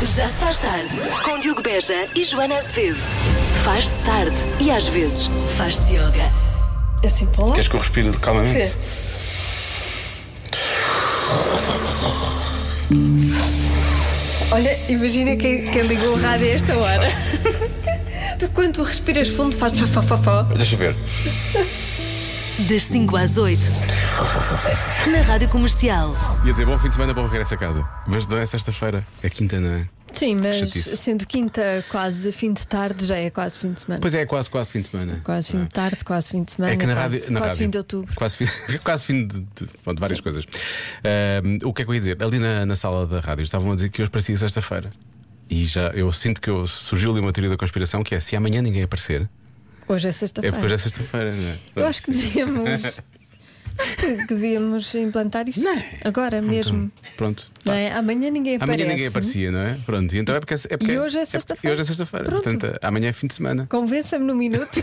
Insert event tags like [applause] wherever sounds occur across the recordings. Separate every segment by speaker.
Speaker 1: Já se faz tarde. Com Diogo Beja e Joana Azevedo. Faz-se tarde e às vezes faz-se yoga.
Speaker 2: Assim tão lá?
Speaker 3: Queres que eu respire calmamente?
Speaker 2: Sim. Olha, imagina quem, quem ligou o rádio a esta hora. [laughs] tu, quando tu respiras fundo, fazes fofofofó.
Speaker 3: Deixa eu ver.
Speaker 1: Das 5 às 8. Na Rádio Comercial.
Speaker 3: Ia dizer bom fim de semana, bom regresso a casa. Mas não é sexta-feira, é quinta, não é?
Speaker 2: Sim, mas
Speaker 3: chatice.
Speaker 2: sendo quinta quase fim de tarde, já é quase fim de semana.
Speaker 3: Pois é, é quase, quase fim de semana. Ah.
Speaker 2: Quase fim de tarde, quase fim de semana,
Speaker 3: É que na
Speaker 2: quase,
Speaker 3: rádio. na
Speaker 2: quase
Speaker 3: rádio-
Speaker 2: fim de outubro.
Speaker 3: Quase fim, [laughs] quase fim de, de- bom, de várias coisas. Ahm, o que é que eu ia dizer? Ali na, na sala da rádio estavam a dizer que hoje parecia sexta-feira. E já eu sinto que eu, surgiu ali uma teoria da conspiração que é se amanhã ninguém aparecer,
Speaker 2: Hoje é
Speaker 3: é
Speaker 2: sexta-feira.
Speaker 3: porque hoje é sexta-feira, não é?
Speaker 2: Eu acho que devíamos.
Speaker 3: [laughs]
Speaker 2: acho que devíamos implantar isso agora mesmo.
Speaker 3: Pronto.
Speaker 2: Não é? Amanhã ninguém aparece.
Speaker 3: é? Amanhã ninguém aparecia, não é? Pronto, e então é porque é porque-
Speaker 2: E hoje é
Speaker 3: porque-
Speaker 2: sexta-feira.
Speaker 3: e hoje é sexta-feira.
Speaker 2: Pronto.
Speaker 3: Portanto, amanhã é fim de semana.
Speaker 2: Convença-me num minuto [laughs]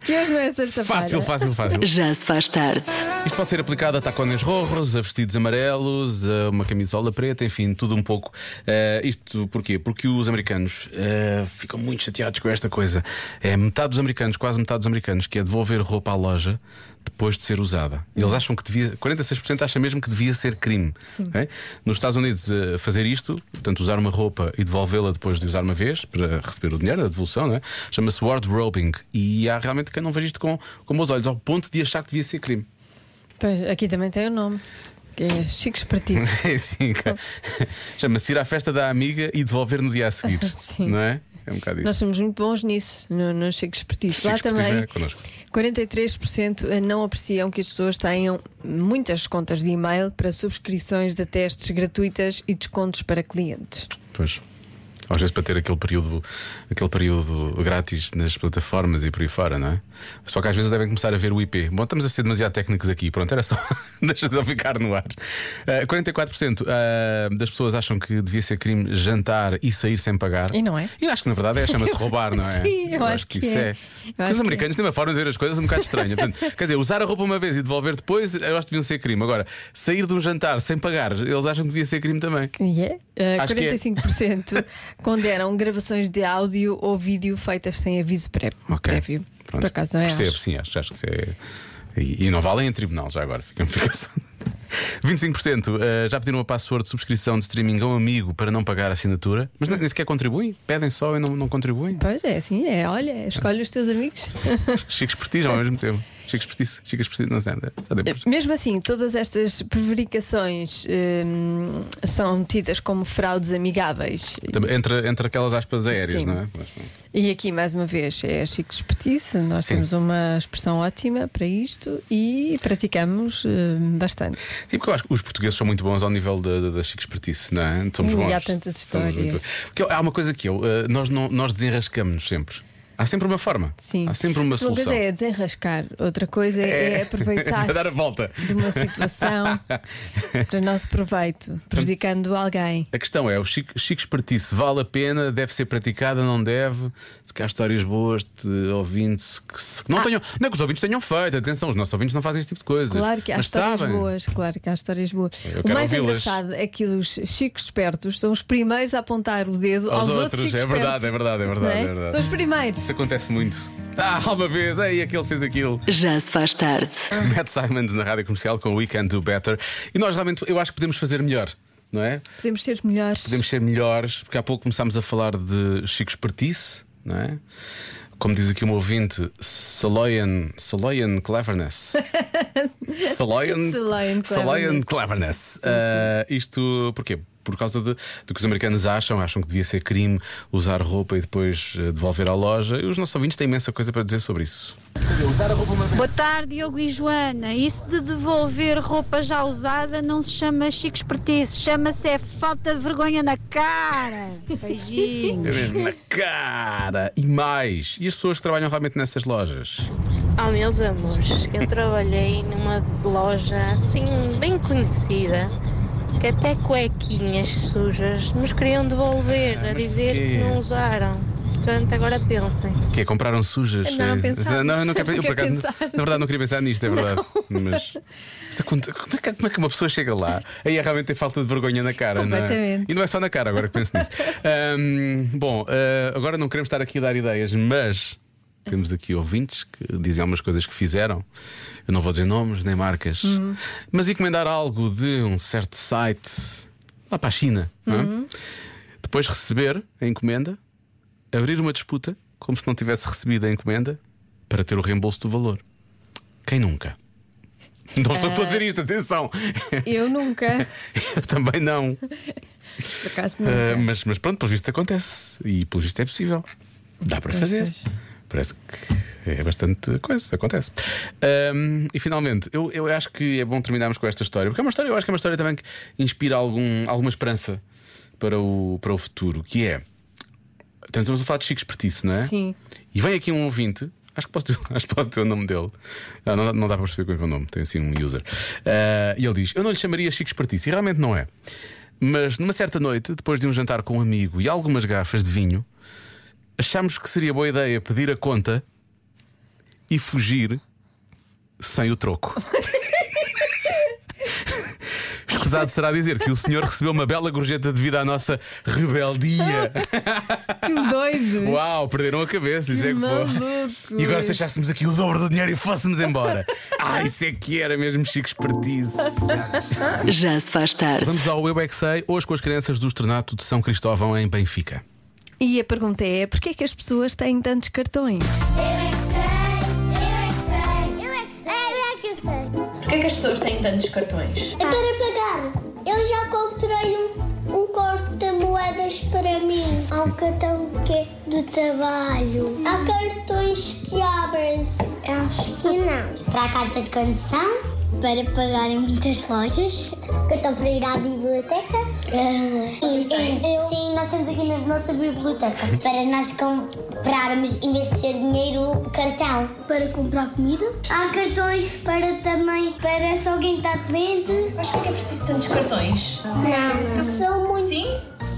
Speaker 2: que hoje não é sexta-feira.
Speaker 3: Fácil, fácil, fácil.
Speaker 1: Já se faz tarde.
Speaker 3: Isto pode ser aplicado a tacones rorros, a vestidos amarelos, a uma camisola preta, enfim, tudo um pouco. Eh, isto porquê? Porque os americanos eh, ficam muito chateados com esta coisa. É metade dos americanos, quase metade dos americanos, que é devolver roupa à loja depois de ser usada. E Eles acham que devia, 46% acha mesmo que devia ser crime. ok? Nos Estados Unidos, eh, fazer isto, portanto, usar uma roupa e devolvê-la depois de usar uma vez para receber o dinheiro, a devolução, não é? chama-se wardrobing. E há realmente quem não veja isto com, com bons olhos, ao ponto de achar que devia ser crime.
Speaker 2: Pois, aqui também tem o nome. Que é Chico
Speaker 3: [laughs]
Speaker 2: Espertice.
Speaker 3: É assim, cara. Chama-se ir à festa da amiga e devolver no dia a seguir.
Speaker 2: Sim.
Speaker 3: Não é? É um bocado isso.
Speaker 2: Nós somos muito bons nisso, no, no Chico Espertice. Lá
Speaker 3: Chico Espertice,
Speaker 2: também,
Speaker 3: né? Connosco.
Speaker 2: 43% eh, não apreciam que as pessoas tenham muitas contas de e-mail para subscrições de testes gratuitas e descontos para clientes.
Speaker 3: Pois. Às vezes para ter aquele período, aquele período grátis nas plataformas e por aí fora, não é? Só que às vezes devem começar a ver o IP. Bom, estamos a ser demasiado técnicos aqui, pronto, era só. [laughs] Deixa-nos eu ficar no ar. Ah, 44% ah, das pessoas acham que devia ser crime jantar e sair sem pagar.
Speaker 2: E não é?
Speaker 3: Eu acho que na verdade
Speaker 2: [laughs]
Speaker 3: é, chama-se roubar, não é?
Speaker 2: Sim, eu acho que
Speaker 3: isso
Speaker 2: é.
Speaker 3: é.
Speaker 2: Eu
Speaker 3: Mas
Speaker 2: acho
Speaker 3: os
Speaker 2: que é.
Speaker 3: americanos têm uma forma de ver as coisas um bocado
Speaker 2: [laughs]
Speaker 3: estranha. Portanto, quer dizer, usar a roupa uma vez e devolver depois, eu acho que deviam ser crime. Agora, sair de um jantar sem pagar, eles acham que devia ser crime também.
Speaker 2: Yeah. Uh,
Speaker 3: Acho que é.
Speaker 2: 45%
Speaker 3: [laughs]
Speaker 2: condenam gravações de áudio ou vídeo feitas sem aviso pré-
Speaker 3: Ok.
Speaker 2: prévio.
Speaker 3: Pronto.
Speaker 2: Por acaso não é?
Speaker 3: Percebo,
Speaker 2: acho.
Speaker 3: sim, acho, acho que isso é. E, e não valem em tribunal já agora, fica
Speaker 2: [laughs]
Speaker 3: fica só- 25% eh, já pediram uma password de subscrição de streaming a um amigo para não pagar a assinatura, mas nem nem sequer contribuem, pedem só e não, não contribuem.
Speaker 2: Pois é, assim é. Olha, escolhe os teus amigos. [laughs]
Speaker 3: Chico Espertice ao mesmo tempo. Chico Espertice, Chico Espertice, não sei, já deu por-
Speaker 2: Mesmo assim, todas estas prevaricações hum, são tidas como fraudes amigáveis.
Speaker 3: Também Entre, entre aquelas aspas aéreas,
Speaker 2: Sim.
Speaker 3: não é? Mas,
Speaker 2: E aqui, mais uma vez, é Chico Espetice. Nós
Speaker 3: Sim.
Speaker 2: temos uma expressão ótima para isto e praticamos hum, bastante.
Speaker 3: Sim, porque eu acho que os portugueses são muito bons ao nível da, da, da chique expertise, não é? Somos
Speaker 2: Ui,
Speaker 3: bons.
Speaker 2: há tantas
Speaker 3: Somos muito
Speaker 2: histórias.
Speaker 3: bons. Porque há uma coisa que eu, eh, nós, não, nós desenrascamos-nos sempre. Há sempre uma forma.
Speaker 2: Sim.
Speaker 3: Há sempre uma
Speaker 2: Mas uma
Speaker 3: solução.
Speaker 2: coisa é desenrascar, outra coisa é,
Speaker 3: É. [laughs]
Speaker 2: aproveitar
Speaker 3: Dar a volta.
Speaker 2: de uma
Speaker 3: [laughs]
Speaker 2: situação para nosso proveito, prejudicando alguém.
Speaker 3: A questão é, o chique, chique expertise vale a pena, deve ser praticada, não deve? Se cá há histórias boas de ouvintes que se-
Speaker 2: Ah.
Speaker 3: não tenham. Não é que os ouvintes tenham feito, atenção, os nossos ouvintes não fazem este tipo de coisas.
Speaker 2: Claro que há
Speaker 3: mas
Speaker 2: histórias
Speaker 3: sabem.
Speaker 2: boas, claro que há histórias boas.
Speaker 3: Eu
Speaker 2: O
Speaker 3: quero
Speaker 2: mais
Speaker 3: ouvi-las.
Speaker 2: engraçado é que os chicos espertos são os primeiros a apontar o dedo aos,
Speaker 3: Aos
Speaker 2: outros.
Speaker 3: outros,
Speaker 2: chicos
Speaker 3: é
Speaker 2: espertos,
Speaker 3: verdade, é verdade, é
Speaker 2: não
Speaker 3: verdade, é verdade.
Speaker 2: São os primeiros.
Speaker 3: Isso acontece muito. Ah, há uma vez, aí aquele
Speaker 2: [laughs]
Speaker 3: fez aquilo.
Speaker 1: Já se faz tarde.
Speaker 3: Matt Simons na rádio comercial com o We Can Do Better. E nós realmente, eu acho que podemos fazer melhor, não é?
Speaker 2: Podemos ser melhores.
Speaker 3: Podemos ser melhores, porque há pouco começámos a falar de Chico Espertice, não é? Como diz aqui um ouvinte, Saloyan, Saloyan Cleverness. Saloyan,
Speaker 2: Saloyan Cleverness.
Speaker 3: Saloyan Cleverness. Ah, isto porquê? Por causa de- do que os americanos acham, acham que devia ser crime usar roupa e depois eh, devolver à loja. E os nossos ouvintes têm imensa coisa para dizer sobre isso.
Speaker 4: Boa tarde, Diogo e Joana. Isso de devolver roupa já usada não se chama chique espertice, chama-se é falta de vergonha na
Speaker 5: [laughs]
Speaker 4: cara. Beijinhos.
Speaker 3: É mesmo, na cara! E mais! E as pessoas que trabalham realmente nessas lojas?
Speaker 6: Oh, meus amores, eu trabalhei numa loja assim bem conhecida que até cuequinhas sujas nos queriam devolver a dizer que não usaram. Portanto, agora pensem.
Speaker 3: Que é, compraram sujas.
Speaker 2: Não,
Speaker 3: é.
Speaker 2: pensámos.
Speaker 3: não,
Speaker 2: [laughs]
Speaker 3: eu não quero, eu,
Speaker 2: Não
Speaker 3: por
Speaker 2: quero
Speaker 3: acaso,
Speaker 2: pensar.
Speaker 3: Na verdade, não queria pensar nisto, é verdade. Mas isso aconte- como, é que, como é que uma pessoa chega lá aí é realmente ter falta de vergonha na cara? não é?
Speaker 2: Completamente.
Speaker 3: E não é só na cara, agora que penso nisso. Ahm, bom, ah, agora não queremos estar aqui a dar ideias, mas temos aqui ouvintes que dizem algumas coisas que fizeram. Eu não vou dizer nomes nem marcas, mas encomendar algo de um certo site lá para a China. não é? Depois receber a encomenda, abrir uma disputa, como se não tivesse recebido a encomenda, para ter o reembolso do valor. Quem nunca? Não sou estou a dizer isto, atenção! [laughs]
Speaker 2: Eu nunca,
Speaker 3: Eu também não.
Speaker 2: por acaso
Speaker 3: [laughs] Ah,
Speaker 2: nunca.
Speaker 3: mas, mas pronto, pelo visto acontece. E pelo visto é possível. Dá para fazer. Parece que é bastante coisa, acontece. Ahm, e finalmente, eu, eu acho que é bom terminarmos com esta história, porque é uma história, eu acho que é uma história também que inspira algum, alguma esperança para o, para o futuro, que é. Estamos estamos a falar de Chico Espertice, não é?
Speaker 2: Sim.
Speaker 3: E vem aqui um ouvinte. Acho que posso ter, [laughs] acho que posso ter o nome dele. Ah, não, dá- não dá para perceber qual é que é o nome, tem assim um user. Ah, e ele diz: Eu não lhe chamaria Chico Espertice, e realmente não é. Mas numa certa noite, depois de um jantar com um amigo e algumas garrafas de vinho, achámos que seria boa ideia pedir a conta e fugir sem o troco. [laughs] Escusado será dizer que o senhor recebeu uma bela gorjeta devido à nossa rebeldia.
Speaker 2: Que doidos!
Speaker 3: [laughs] Uau, perderam a cabeça, isso é que foi.
Speaker 2: malucos.
Speaker 3: E agora se achássemos aqui o dobro do dinheiro e fôssemos embora. ah, isso é que era mesmo Chico Espertice.
Speaker 1: Já se faz tarde.
Speaker 3: Vamos ao Eu É Que Sei, hoje com as crianças do Externato de São Cristóvão em Benfica.
Speaker 2: E a pergunta é: porquê é que as pessoas têm tantos cartões?
Speaker 7: Eu é que sei, eu é que sei, eu é que sei, eu é que sei.
Speaker 8: Porquê é que as pessoas têm tantos cartões?
Speaker 7: É para pagar. Eu já comprei um, um corta-moedas para mim. Há um cartão que é do trabalho. Há cartões que abrem-se. Acho que não. Será a carta de condução? Para pagar em muitas lojas. Cartão para ir à biblioteca. sim, nós temos aqui na nossa [laughs] biblioteca. para nós comprarmos, em vez de ser dinheiro, cartão. Para comprar comida. Há cartões para também, para se alguém está doente.
Speaker 8: Mas porquê é que é preciso tantos cartões?
Speaker 7: Não. São muito.
Speaker 8: Sim?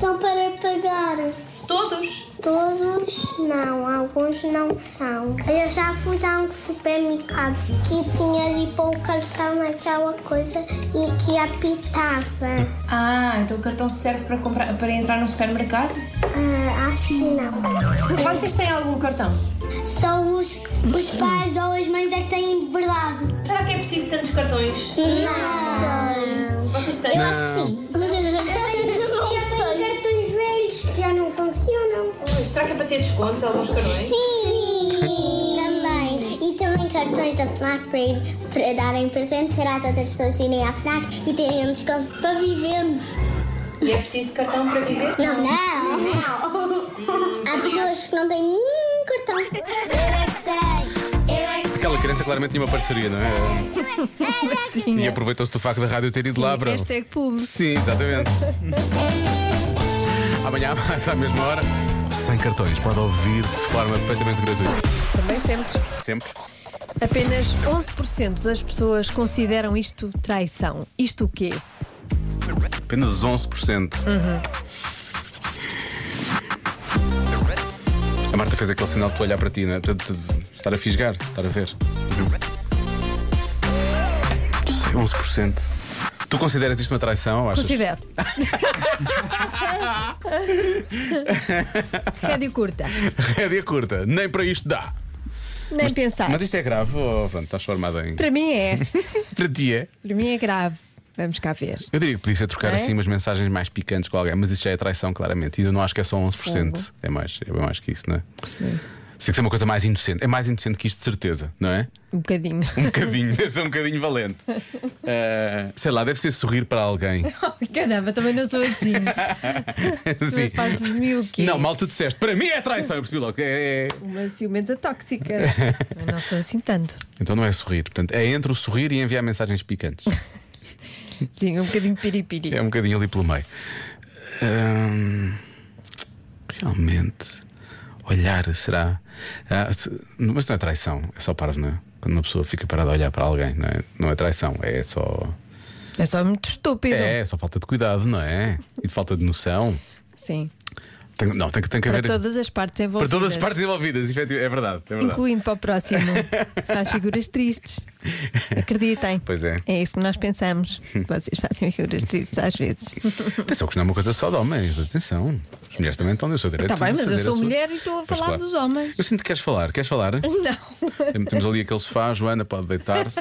Speaker 7: São para pagar.
Speaker 8: Todos?
Speaker 7: Todos não, alguns não são. Eu já fui a um supermercado que tinha ali pôr o cartão naquela coisa e que apitava.
Speaker 8: Ah, então o cartão serve para, comprar, para entrar no supermercado?
Speaker 7: Ah, acho que não.
Speaker 8: Vocês têm algum cartão?
Speaker 7: Só os, os pais ou as mães é que têm de verdade.
Speaker 8: Será que é preciso tantos cartões?
Speaker 7: Não.
Speaker 8: Vocês têm?
Speaker 7: Acho que sim. Eu tenho cartões velhos que já não funcionam.
Speaker 8: Será que é para ter descontos alguns cartões?
Speaker 7: Sim! Também! E também cartões da FNAC para, ir, para darem presente para as outras pessoas irem à FNAC e terem um desconto para vivermos.
Speaker 8: E é preciso cartão para viver?
Speaker 7: Não, não! Há pessoas que não têm nenhum cartão. Eu é que sei! Eu é que sei!
Speaker 3: Aquela criança claramente tinha uma parceria, não é?
Speaker 7: Eu é que sei!
Speaker 3: E aproveitou-se do facto da rádio ter ido lá, bro.
Speaker 2: Hashtag é pub.
Speaker 3: Sim, exatamente. [laughs] Amanhã, há mais à mesma hora, sem cartões, pode ouvir de forma perfeitamente gratuita.
Speaker 2: Também sempre.
Speaker 3: Sempre.
Speaker 2: Apenas 11% das pessoas consideram isto traição. Isto o quê?
Speaker 3: Apenas 11%. A Marta fez aquele sinal de tu olhar para ti, não é? De- de- de Estar a fisgar, estar a ver. Sei, 11%. Tu consideras isto uma traição? ou Achas?
Speaker 2: [laughs] Considero. Rédio curta.
Speaker 3: Rédea é curta, nem para isto dá.
Speaker 2: Nem pensar.
Speaker 3: Mas isto é grave ou pronto, estás formada em.
Speaker 2: Para mim é.
Speaker 3: Para ti é?
Speaker 2: Para mim é grave. Vamos cá ver.
Speaker 3: Eu diria que podia ser trocar
Speaker 2: É?
Speaker 3: assim umas mensagens mais picantes com alguém, mas isso já é traição, claramente. E eu não acho que é só 11%. É mais, é bem mais que isso, não é?
Speaker 2: Sim.
Speaker 3: Isso tem que ser uma coisa mais inocente. É mais inocente que isto, de certeza, não é?
Speaker 2: Um bocadinho.
Speaker 3: Um bocadinho, deve ser um bocadinho valente. Ah, sei lá, deve ser sorrir para alguém.
Speaker 2: [laughs] Caramba, também não sou assim.
Speaker 3: Sim.
Speaker 2: Tu fazes mil que
Speaker 3: Não, mal tu disseste. Para mim é traição, eu percebi logo. É, é-
Speaker 2: Uma ciumenta [laughs] tóxica. Eu não sou assim tanto.
Speaker 3: Então não é sorrir. Portanto, é entre o sorrir e enviar mensagens picantes.
Speaker 2: Sim, um bocadinho piripiri.
Speaker 3: É um bocadinho ali pelo meio. Ahm, realmente, olhar será. Ah, se- mas não é traição, é só paras, não é? Quando uma pessoa fica parada a olhar para alguém, não é, não é traição, é só.
Speaker 2: É só muito estúpido.
Speaker 3: É, é só falta de cuidado, não é? E de falta de noção.
Speaker 2: Sim.
Speaker 3: Tem- não, tem, que- tem que
Speaker 2: Para
Speaker 3: haver.
Speaker 2: todas as partes
Speaker 3: para
Speaker 2: envolvidas.
Speaker 3: todas as partes envolvidas, efetivo, é verdade. É verdade.
Speaker 2: Incluindo para o
Speaker 3: [laughs]
Speaker 2: próximo. Faz figuras tristes. Acreditem.
Speaker 3: Pois é.
Speaker 2: É isso que nós pensamos. Vocês fazem figuras tristes às vezes.
Speaker 3: Atenção, que não é uma coisa só de homens, atenção. As mulheres também estão no seu direito.
Speaker 2: Tá bem,
Speaker 3: de
Speaker 2: mas eu
Speaker 3: fazer
Speaker 2: sou
Speaker 3: a sua-
Speaker 2: mulher e estou a
Speaker 3: Pois
Speaker 2: falar dos
Speaker 3: [laughs]
Speaker 2: homens.
Speaker 3: Eu sinto que queres falar, queres falar?
Speaker 2: Não.
Speaker 3: Temos ali aquele sofá, a Joana
Speaker 2: [laughs]
Speaker 3: pode deitar-se,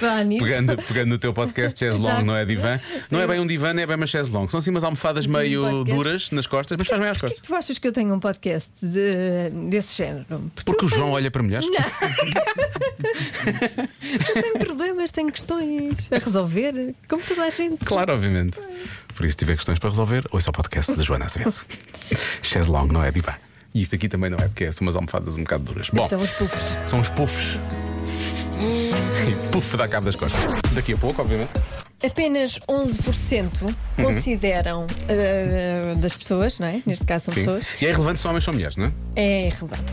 Speaker 2: Vá nisso.
Speaker 3: pegando, pegando no teu podcast chaise long,
Speaker 2: Exato. Um
Speaker 3: não é divã? Não é bem um divã, nem é bem uma chaise long. São assim umas almofadas meio
Speaker 2: podcast.
Speaker 3: duras nas costas, mas faz bem às costas.
Speaker 2: Tu achas que eu tenho um podcast de- desse género?
Speaker 3: Porque o João olha para mulheres.
Speaker 2: Eu tenho problemas, tenho questões a resolver, como toda a gente.
Speaker 3: Claro, obviamente. Por isso, se tiver questões para resolver, ouça o podcast da Joana
Speaker 2: [laughs]
Speaker 3: Azevedo. Chaise long não é divã. E isto aqui também não é, porque são umas almofadas um bocado duras. Bom,
Speaker 2: São os puffs.
Speaker 3: são os puffs. E puff dá cabo das costas. Daqui a pouco, obviamente.
Speaker 2: Apenas 11%
Speaker 3: Uhum.
Speaker 2: consideram ah, das pessoas, não é? Neste caso são
Speaker 3: Sim.
Speaker 2: pessoas.
Speaker 3: E é irrelevante se são homens ou mulheres, não é?
Speaker 2: É irrelevante.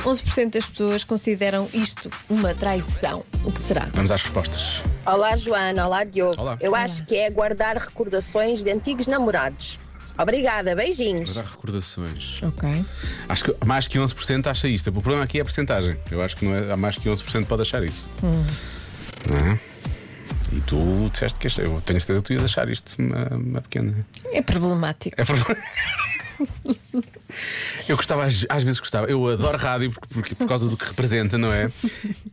Speaker 2: 11% das pessoas consideram isto uma traição. O que será?
Speaker 3: Vamos às respostas.
Speaker 9: Olá, Joana. Olá, Diogo.
Speaker 3: Olá.
Speaker 9: Eu acho que é guardar recordações de antigos namorados. Obrigada, beijinhos.
Speaker 3: Mas há recordações.
Speaker 2: Ok.
Speaker 3: Acho que mais que 11% acha isto. O problema aqui é a porcentagem. Eu acho que não é, há mais que 11% pode achar isso. Não é? E tu disseste que este- eu tenho certeza que tu ias achar isto uma, uma pequena.
Speaker 2: É problemático.
Speaker 3: É verdade. Eu gostava, às às vezes gostava, eu adoro rádio porque, porque- por causa do que representa, não é?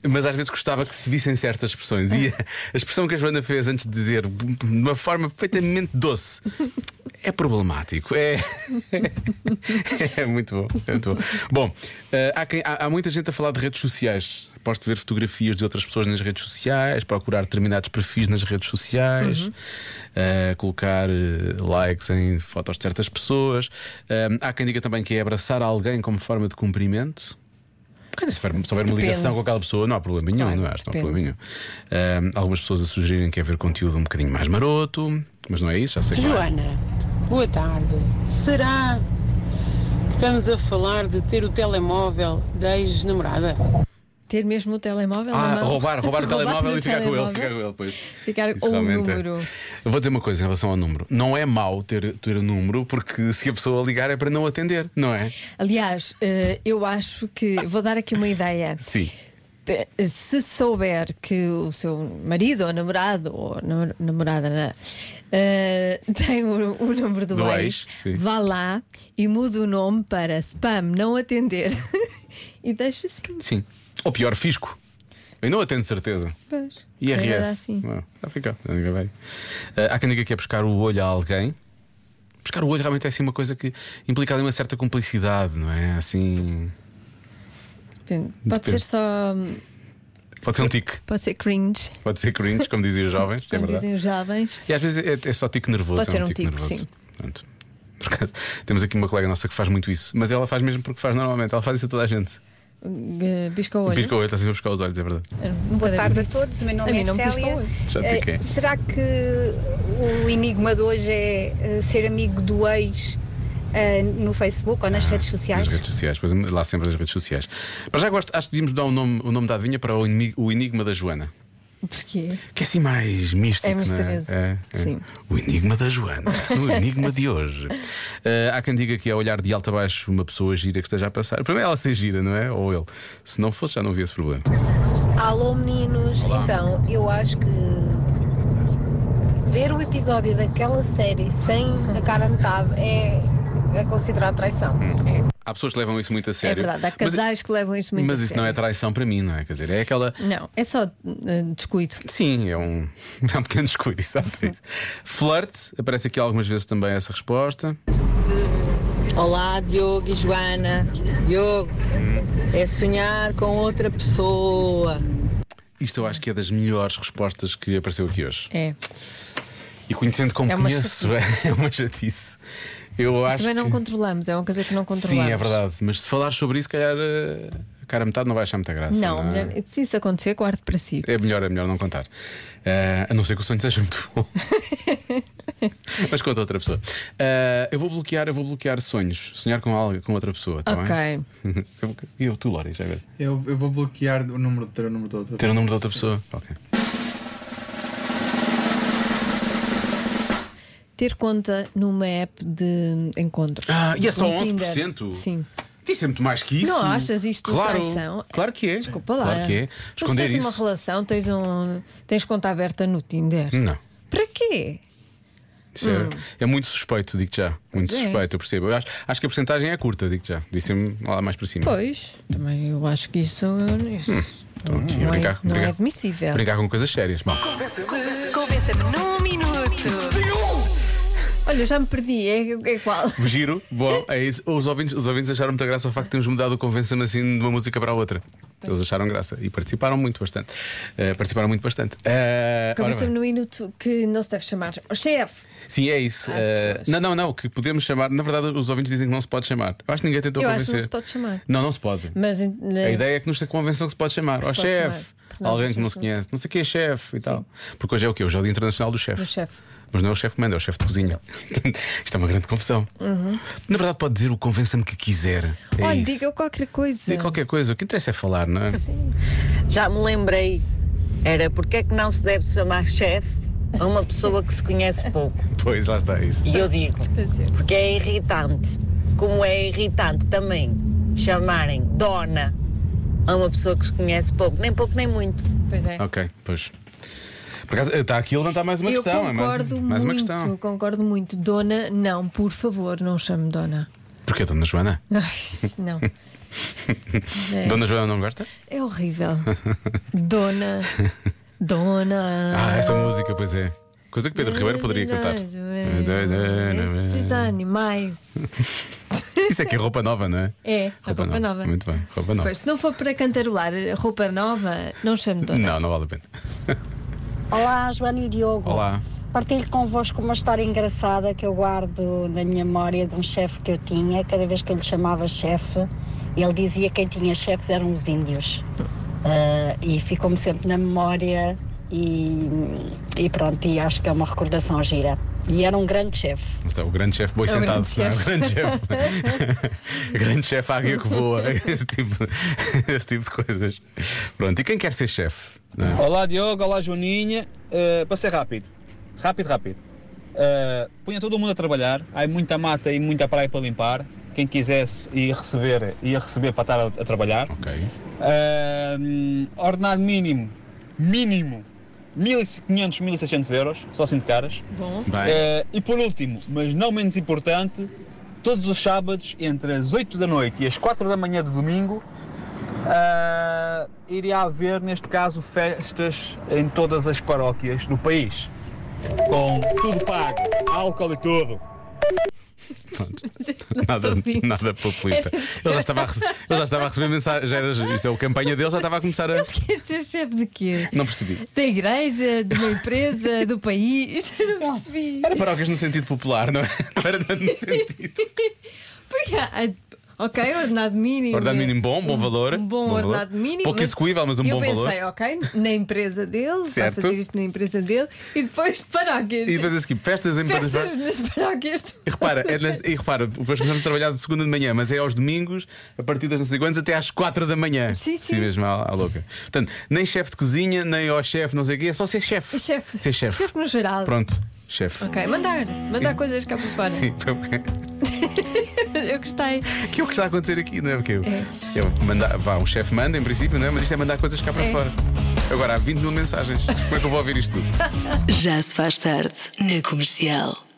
Speaker 3: Mas às vezes gostava que se vissem certas expressões. E a, a expressão que a Joana fez antes de dizer, de uma forma perfeitamente doce, é problemático. É, [laughs] é muito bom. É muito bom, bom eh, há, quem- há- há muita gente a falar de redes sociais. Posso ver fotografias de outras pessoas nas redes sociais, procurar determinados perfis nas redes sociais,
Speaker 2: Uhum.
Speaker 3: eh, colocar eh, likes em fotos de certas pessoas. Eh, há quem diga também que é abraçar alguém como forma de cumprimento. Quer dizer, se houver, se houver uma
Speaker 2: Depende.
Speaker 3: ligação com aquela pessoa, não há problema nenhum,
Speaker 2: Claro,
Speaker 3: não é? Acho que não há
Speaker 2: depende.
Speaker 3: problema nenhum. Eh, algumas pessoas a sugerirem que é ver conteúdo um bocadinho mais maroto, mas não é isso, já sei que não é.
Speaker 10: Joana, boa tarde. Será que estamos a falar de ter o telemóvel da ex-namorada?
Speaker 2: Ter mesmo o telemóvel na
Speaker 3: Ah,
Speaker 2: mão. [laughs]
Speaker 3: roubar, roubar o telemóvel
Speaker 2: o
Speaker 3: e ficar com
Speaker 2: telemóvel.
Speaker 3: ele, ficar com ele depois.
Speaker 2: Ficar
Speaker 3: Isso
Speaker 2: ou um
Speaker 3: realmente é.
Speaker 2: número.
Speaker 3: Eu vou dizer uma coisa em relação ao número. Não é mau ter, ter o número, porque se a pessoa ligar é para não atender, não é?
Speaker 2: Aliás, eh, eu acho que. Vou dar aqui uma ideia.
Speaker 3: Sim.
Speaker 2: Pe- Se souber que o seu marido ou namorado ou nam- namorada né, eh, [laughs] tem o, o número do,
Speaker 3: Do ex,
Speaker 2: ex,
Speaker 3: sim.
Speaker 2: vá lá e muda o nome para spam, não atender. [laughs] e deixa assim.
Speaker 3: Sim. Ou pior, fisco. Eu não atendo certeza.
Speaker 2: Pois. Era
Speaker 3: IRS.
Speaker 2: assim.
Speaker 3: Ah, Já fica. já ninguém vai. Ah, há quem diga que é buscar o olho a alguém. Buscar o olho realmente é assim uma coisa que implica ali uma certa cumplicidade, não é? Assim.
Speaker 2: Depende. Pode
Speaker 3: Depende.
Speaker 2: ser só.
Speaker 3: Pode ser um tique,
Speaker 2: Pode ser cringe,
Speaker 3: pode ser cringe, como diziam os jovens, é
Speaker 2: como
Speaker 3: verdade.
Speaker 2: dizem os jovens.
Speaker 3: E às vezes é, é só tico nervoso.
Speaker 2: Pode
Speaker 3: é
Speaker 2: ser
Speaker 3: um
Speaker 2: um
Speaker 3: tico,
Speaker 2: tico,
Speaker 3: nervoso.
Speaker 2: sim.
Speaker 3: Pronto. Por acaso, temos aqui uma colega nossa que faz muito isso, mas ela faz mesmo porque faz normalmente, ela faz isso a toda a gente.
Speaker 2: Eh, Pisca o olho.
Speaker 3: Pisca o olho, está sempre a buscar os olhos, é verdade.
Speaker 2: Era um
Speaker 5: Boa
Speaker 2: bocadinho
Speaker 5: tarde a
Speaker 2: isso.
Speaker 5: todos, o meu nome
Speaker 2: a mim
Speaker 5: é
Speaker 2: não me pisca o
Speaker 5: Célia.
Speaker 2: olho.
Speaker 3: Já
Speaker 5: Eh,
Speaker 3: piquei.
Speaker 5: será que o enigma de hoje é eh, ser amigo do ex eh, no Facebook ou
Speaker 2: Ah,
Speaker 5: nas redes sociais?
Speaker 3: Nas redes sociais, pois lá sempre nas redes sociais. Para já gosto, acho que devíamos dar o nome, o nome da adivinha para o, inimi- o enigma da Joana.
Speaker 2: Porquê?
Speaker 3: Que é assim mais místico.
Speaker 2: É
Speaker 3: não
Speaker 2: misterioso.
Speaker 3: É, é.
Speaker 2: Sim.
Speaker 3: O enigma da Joana.
Speaker 2: [laughs]
Speaker 3: o enigma de hoje. Ah, há quem diga que é olhar de alto a baixo uma pessoa gira que esteja a passar. O problema é ela ser gira, não é? Ou ele. Se não fosse, já não havia esse problema.
Speaker 10: Alô, meninos.
Speaker 3: Olá.
Speaker 10: Então, eu acho que ver o episódio daquela série sem a cara a metade é, é considerado traição.
Speaker 3: Há pessoas que levam isso muito a
Speaker 2: É
Speaker 3: sério.
Speaker 2: verdade, há
Speaker 3: Mas-
Speaker 2: casais que levam isto muito
Speaker 3: Mas
Speaker 2: a
Speaker 3: isso não é
Speaker 2: sério.
Speaker 3: traição para mim, não é? Quer dizer, é aquela.
Speaker 2: Não, é só eh, descuido.
Speaker 3: Sim, é um, [laughs] é um pequeno descuido, exato. é
Speaker 2: Uhum.
Speaker 3: isso. Flirt, aparece aqui algumas vezes também essa resposta.
Speaker 11: Ah,
Speaker 6: Olá, Diogo e Joana. Diogo,
Speaker 12: Hum.
Speaker 6: é sonhar com outra pessoa.
Speaker 3: Isto eu acho que é das melhores respostas que apareceu aqui hoje.
Speaker 2: É.
Speaker 3: E conhecendo como
Speaker 2: É uma
Speaker 3: conheço, [laughs] é uma chatice. Eu acho
Speaker 2: Também não
Speaker 3: que...
Speaker 2: controlamos, é uma coisa que não controlamos.
Speaker 3: Sim, é verdade. Mas se falar sobre isso, se calhar eh, a cara a metade não vai achar muita graça.
Speaker 2: Não,
Speaker 3: é?
Speaker 2: melhor- se isso acontecer, guarde para si.
Speaker 3: É melhor, é melhor não contar. Eh, a não ser que o sonho seja muito
Speaker 2: [laughs]
Speaker 3: bom. Mas conta a outra pessoa. Eh, eu vou bloquear, eu vou bloquear sonhos. Sonhar com alguém, com outra pessoa, tá
Speaker 2: Ok.
Speaker 3: bem? [laughs] Eu- E eu, tu, Lori, já ver.
Speaker 12: Eu, eu vou bloquear o número, ter o número da outra
Speaker 3: Ter o número da outra pessoa. Ok.
Speaker 2: ter conta numa app de encontros.
Speaker 3: Ah, e é só
Speaker 2: Um Tinder.
Speaker 3: 11%?
Speaker 2: Sim.
Speaker 3: Disse muito mais que isso.
Speaker 2: Não achas isto
Speaker 3: claro,
Speaker 2: traição?
Speaker 3: Claro que é.
Speaker 2: Desculpa lá.
Speaker 3: Claro que é.
Speaker 2: Mas
Speaker 3: Esconder
Speaker 2: tens uma
Speaker 3: isso.
Speaker 2: relação, tens, um, tens conta aberta no Tinder.
Speaker 3: Não.
Speaker 2: Para quê?
Speaker 3: Isso é- é, muito suspeito, digo já.
Speaker 2: Hum.
Speaker 3: Muito
Speaker 2: Pois é.
Speaker 3: suspeito, eu percebo. Eu acho, acho que a porcentagem é curta, digo já. Disse-me lá mais para cima.
Speaker 2: Pois, também eu acho que isso, isso
Speaker 3: Hum, Estou aqui a
Speaker 2: não, é,
Speaker 3: brincar,
Speaker 2: não é
Speaker 3: brincar,
Speaker 2: admissível.
Speaker 3: brincar com coisas sérias. Bom,
Speaker 2: Convença-me num minuto. Olha, eu já me perdi, é, é qual?
Speaker 3: giro, bom, é isso. Os ouvintes, os ouvintes acharam muita graça o facto de termos mudado o convenção assim de uma música para a outra. Eles acharam graça e participaram muito bastante. Eh, participaram muito bastante. Eh, ora bem.
Speaker 2: Convença-me num minuto que não se deve chamar "Oh, chefe.
Speaker 3: Sim, é isso. Eh, não, não, não, que podemos chamar. Na verdade, os ouvintes dizem que não se pode chamar. Eu acho que ninguém tentou
Speaker 2: Eu acho que
Speaker 3: convencer.
Speaker 2: não se pode chamar.
Speaker 3: Não, não se pode.
Speaker 2: Mas eh,
Speaker 3: A ideia é que nos convenção que se pode chamar.
Speaker 2: Se
Speaker 3: Ó
Speaker 2: pode
Speaker 3: chefe,
Speaker 2: chamar. Não,
Speaker 3: alguém que não
Speaker 2: chefe
Speaker 3: se
Speaker 2: não.
Speaker 3: conhece, não sei quem é chefe e tal. Porque hoje é o quê? Hoje é o Dia Internacional do Chefe.
Speaker 2: do chefe.
Speaker 3: Mas não é o chefe que manda, é o chefe de cozinha. [laughs] Isto é uma grande confusão.
Speaker 2: Uhum.
Speaker 3: Na verdade, pode dizer o convença-me que quiser. É
Speaker 2: Olha,
Speaker 3: isso.
Speaker 2: diga qualquer coisa.
Speaker 3: Diga qualquer coisa, o que interessa é falar, não é?
Speaker 11: Já me lembrei. Era porque é que não se deve chamar chefe a uma pessoa que se conhece pouco.
Speaker 3: Pois, lá está é isso.
Speaker 11: E eu digo, porque é irritante. Como é irritante também chamarem dona a uma pessoa que se conhece pouco, nem pouco nem muito.
Speaker 2: Pois é.
Speaker 3: Ok, pois. Por acaso, está aqui a levantar mais uma
Speaker 2: eu
Speaker 3: questão. é mais,
Speaker 2: concordo
Speaker 3: mais uma
Speaker 2: muito,
Speaker 3: questão.
Speaker 2: concordo muito. Dona, não, por favor, não chame Dona. [laughs]
Speaker 3: Porquê, Dona Joana?
Speaker 2: Ai, Não, É.
Speaker 3: Dona Joana não gosta?
Speaker 2: é horrível. Dona, Dona.
Speaker 3: Ah, essa música, pois é. Coisa que Pedro Ribeiro poderia cantar. É,
Speaker 2: Esses animais.
Speaker 3: Isso é que é roupa nova, não é?
Speaker 2: É, a roupa, nova.
Speaker 3: Muito bem, roupa nova.
Speaker 2: Pois, se não for para cantarolar roupa nova, não chame [laughs] Dona.
Speaker 3: Não, não vale a pena.
Speaker 13: Olá, Joana e Diogo.
Speaker 3: Olá.
Speaker 13: Partilho convosco uma história engraçada que eu guardo na minha memória de um chefe que eu tinha. Cada vez que eu lhe chamava chefe, ele dizia que quem tinha chefes eram os índios. Ah, e ficou-me sempre na memória e, e pronto, e acho que é uma recordação gira. E era um grande chefe.
Speaker 3: Mas é o grande chefe boi
Speaker 13: É o
Speaker 3: sentado.
Speaker 13: grande
Speaker 3: não é? O
Speaker 13: chefe.
Speaker 2: [laughs]
Speaker 3: grande chefe. grande chefe águia que voa. Esse tipo, esse tipo de coisas. Pronto, e quem quer ser chefe? não é?
Speaker 14: Olá Diogo, olá Joaninha. Eh, para ser rápido, rápido, rápido. Eh, punha todo mundo a trabalhar, há muita mata e muita praia para limpar. Quem quisesse ia receber, ia receber para estar a, a trabalhar. Eh, hum, ordenado mínimo, mínimo, 1500, 1600 euros, só assim de caras.
Speaker 2: Bom.
Speaker 14: Eh, e por último, mas não menos importante, todos os sábados, entre as 8 da noite e as 4 da manhã do domingo, ah, iria haver, neste caso, festas em todas as paróquias do país. Com tudo pago, álcool e tudo.
Speaker 3: Nada, nada populista.
Speaker 2: É
Speaker 3: Ele
Speaker 2: [laughs]
Speaker 3: já, estava a rece- ele já estava a receber mensagens. Isto é o campanha dele, já estava a começar a.
Speaker 2: Quer ser é chefe de quê?
Speaker 3: Não percebi.
Speaker 2: Da igreja, de uma empresa, do país? [laughs] Eu Não percebi.
Speaker 3: Era paróquias no sentido popular, não é? Não era no sentido.
Speaker 2: [laughs] Porque há- há- ok, ordenado mínimo.
Speaker 3: Ordenado
Speaker 2: é-
Speaker 3: mínimo bom, bom valor.
Speaker 2: Um bom,
Speaker 3: Bom valor.
Speaker 2: ordenado mínimo.
Speaker 3: Pouco execuível, mas um
Speaker 2: eu
Speaker 3: bom valor.
Speaker 2: pensei, ok, na empresa dele, vai
Speaker 3: Certo.
Speaker 2: fazer isto na empresa dele e depois [laughs] paróquias.
Speaker 3: E depois a seguir, festas em
Speaker 2: Festas nas paróquias.
Speaker 3: E repara, é nas- e repara, depois começamos a trabalhar de segunda de manhã, mas é aos domingos, a partir das não sei quantas, até às quatro da manhã.
Speaker 2: Sim, sim.
Speaker 3: mesmo, à, à louca. Portanto, nem chefe de cozinha, nem ao chefe, não sei o quê, é só ser chefe.
Speaker 2: Chefe.
Speaker 3: Ser chefe.
Speaker 2: Chefe no geral.
Speaker 3: Pronto, chefe.
Speaker 2: Ok, mandar, mandar coisas cá para fora.
Speaker 3: Sim, foi o quê?
Speaker 2: [laughs] Eu gostei.
Speaker 3: [laughs] que é o que está a acontecer aqui, não é? Porque eu,
Speaker 2: É.
Speaker 3: eu mandar, vá, um chefe manda em princípio, não é? Mas isto é mandar coisas cá para
Speaker 1: É.
Speaker 3: fora. Agora há 20 mil mensagens. Como é que eu vou ouvir isto tudo?
Speaker 1: Já se faz tarde na comercial.